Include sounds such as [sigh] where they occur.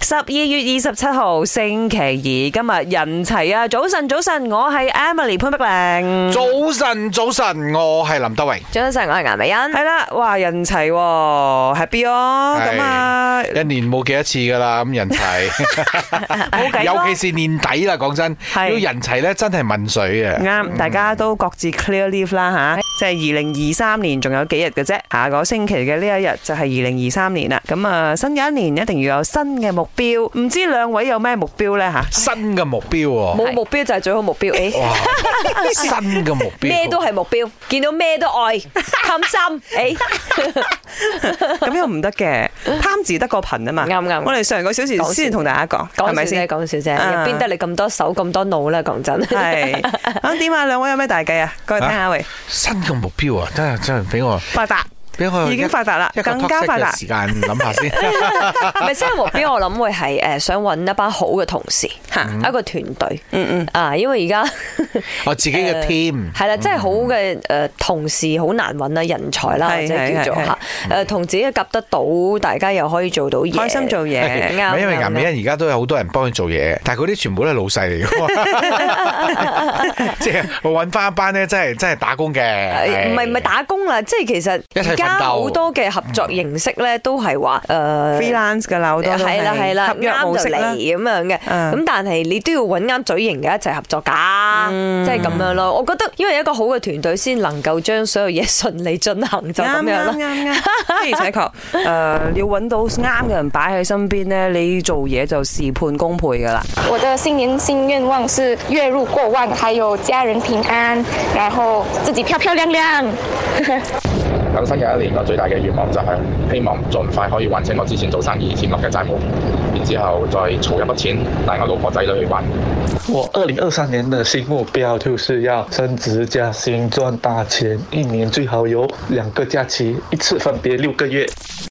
十二月二十七號星期二，今日人齊啊！早晨，早晨，我係 Emily 潘碧玲。早晨，早晨，我係林德榮。早晨，我係顏美欣。係啦，哇，人齊喎，happy 哦，係咁啊，一年冇幾多次噶啦，咁人齊，冇計咯尤其是年底啦，講真，係嗯要人齊咧真係問水啊嘅。嗯啱，大家都各自 clear leave 啦吓，即係二零二三年仲有幾日嘅啫，下個星期嘅呢一日就係二零二三年啦。咁啊，新嘅一年一定要有新嘅目標，唔知兩位有咩目標 [laughs] 呢？吓？新嘅目標喎，冇目標就係最好目標，誒，哇，新嘅目標，咩都係目標，見到咩都愛，貪心，欸誒，咁又唔得 [laughs] 嘅，貪字得個貧啊嘛。啱啱我哋上個小時先同大家講，係講咪笑啫，先？講笑啫，啊邊得你咁多手咁多腦啦？講真， [laughs] 係咁點啊？兩位有咩大計啊？過去聽下喂，新嘅目標啊，真係真係俾我發達俾我已經一發達啦，一個更加 toxic 發達嘅時間諗下先。 [laughs] 咪新嘅目標，我諗會係誒想揾一班好嘅同事，嚇一個團隊，嗯嗯，啊，因為而家我自己嘅 team [laughs] [laughs] 係啦，真係好嘅誒同事好難揾啊，人才啦，係或者叫做係係嚇誒同自己夾得到，大家又可以做到嘢，開心做嘢。啱唔係因為啱岩美欣而家都有好多人幫佢做嘢，但係嗰啲全部都係老細嚟嘅， [laughs] 即係我揾翻一班咧，真係真係打工嘅，誒唔係唔係係打工啦，即係其實一齊奮鬥嗯而家好多嘅合作形式咧，都係話誒 freelance 嘅啦，好多都係啦係啦，合約模式啱就啦嚟。咁樣嘅。嗯咁但係你都要揾啱嘴型嘅一齊合作㗎，嗯即係咁樣咯。我覺得因為一個好嘅團隊先能夠將所有嘢 [laughs] 順利進行，就咁啱樣啦啱。啱啱，的而且確，誒要揾到啱嘅人擺喺身邊咧，你做嘢就事半功倍噶啦。我的新年新愿望是月入过万，还有家人平安，然后自己漂漂亮亮。更新嘅一年，我最大嘅願望就係希望盡快可以還清我之前做生意欠落嘅債務，然之後再儲一筆錢帶我老婆仔女去玩。我二零二三年的新目标就是要升职加薪赚大钱，一年最好有两个假期，一次分别六个月。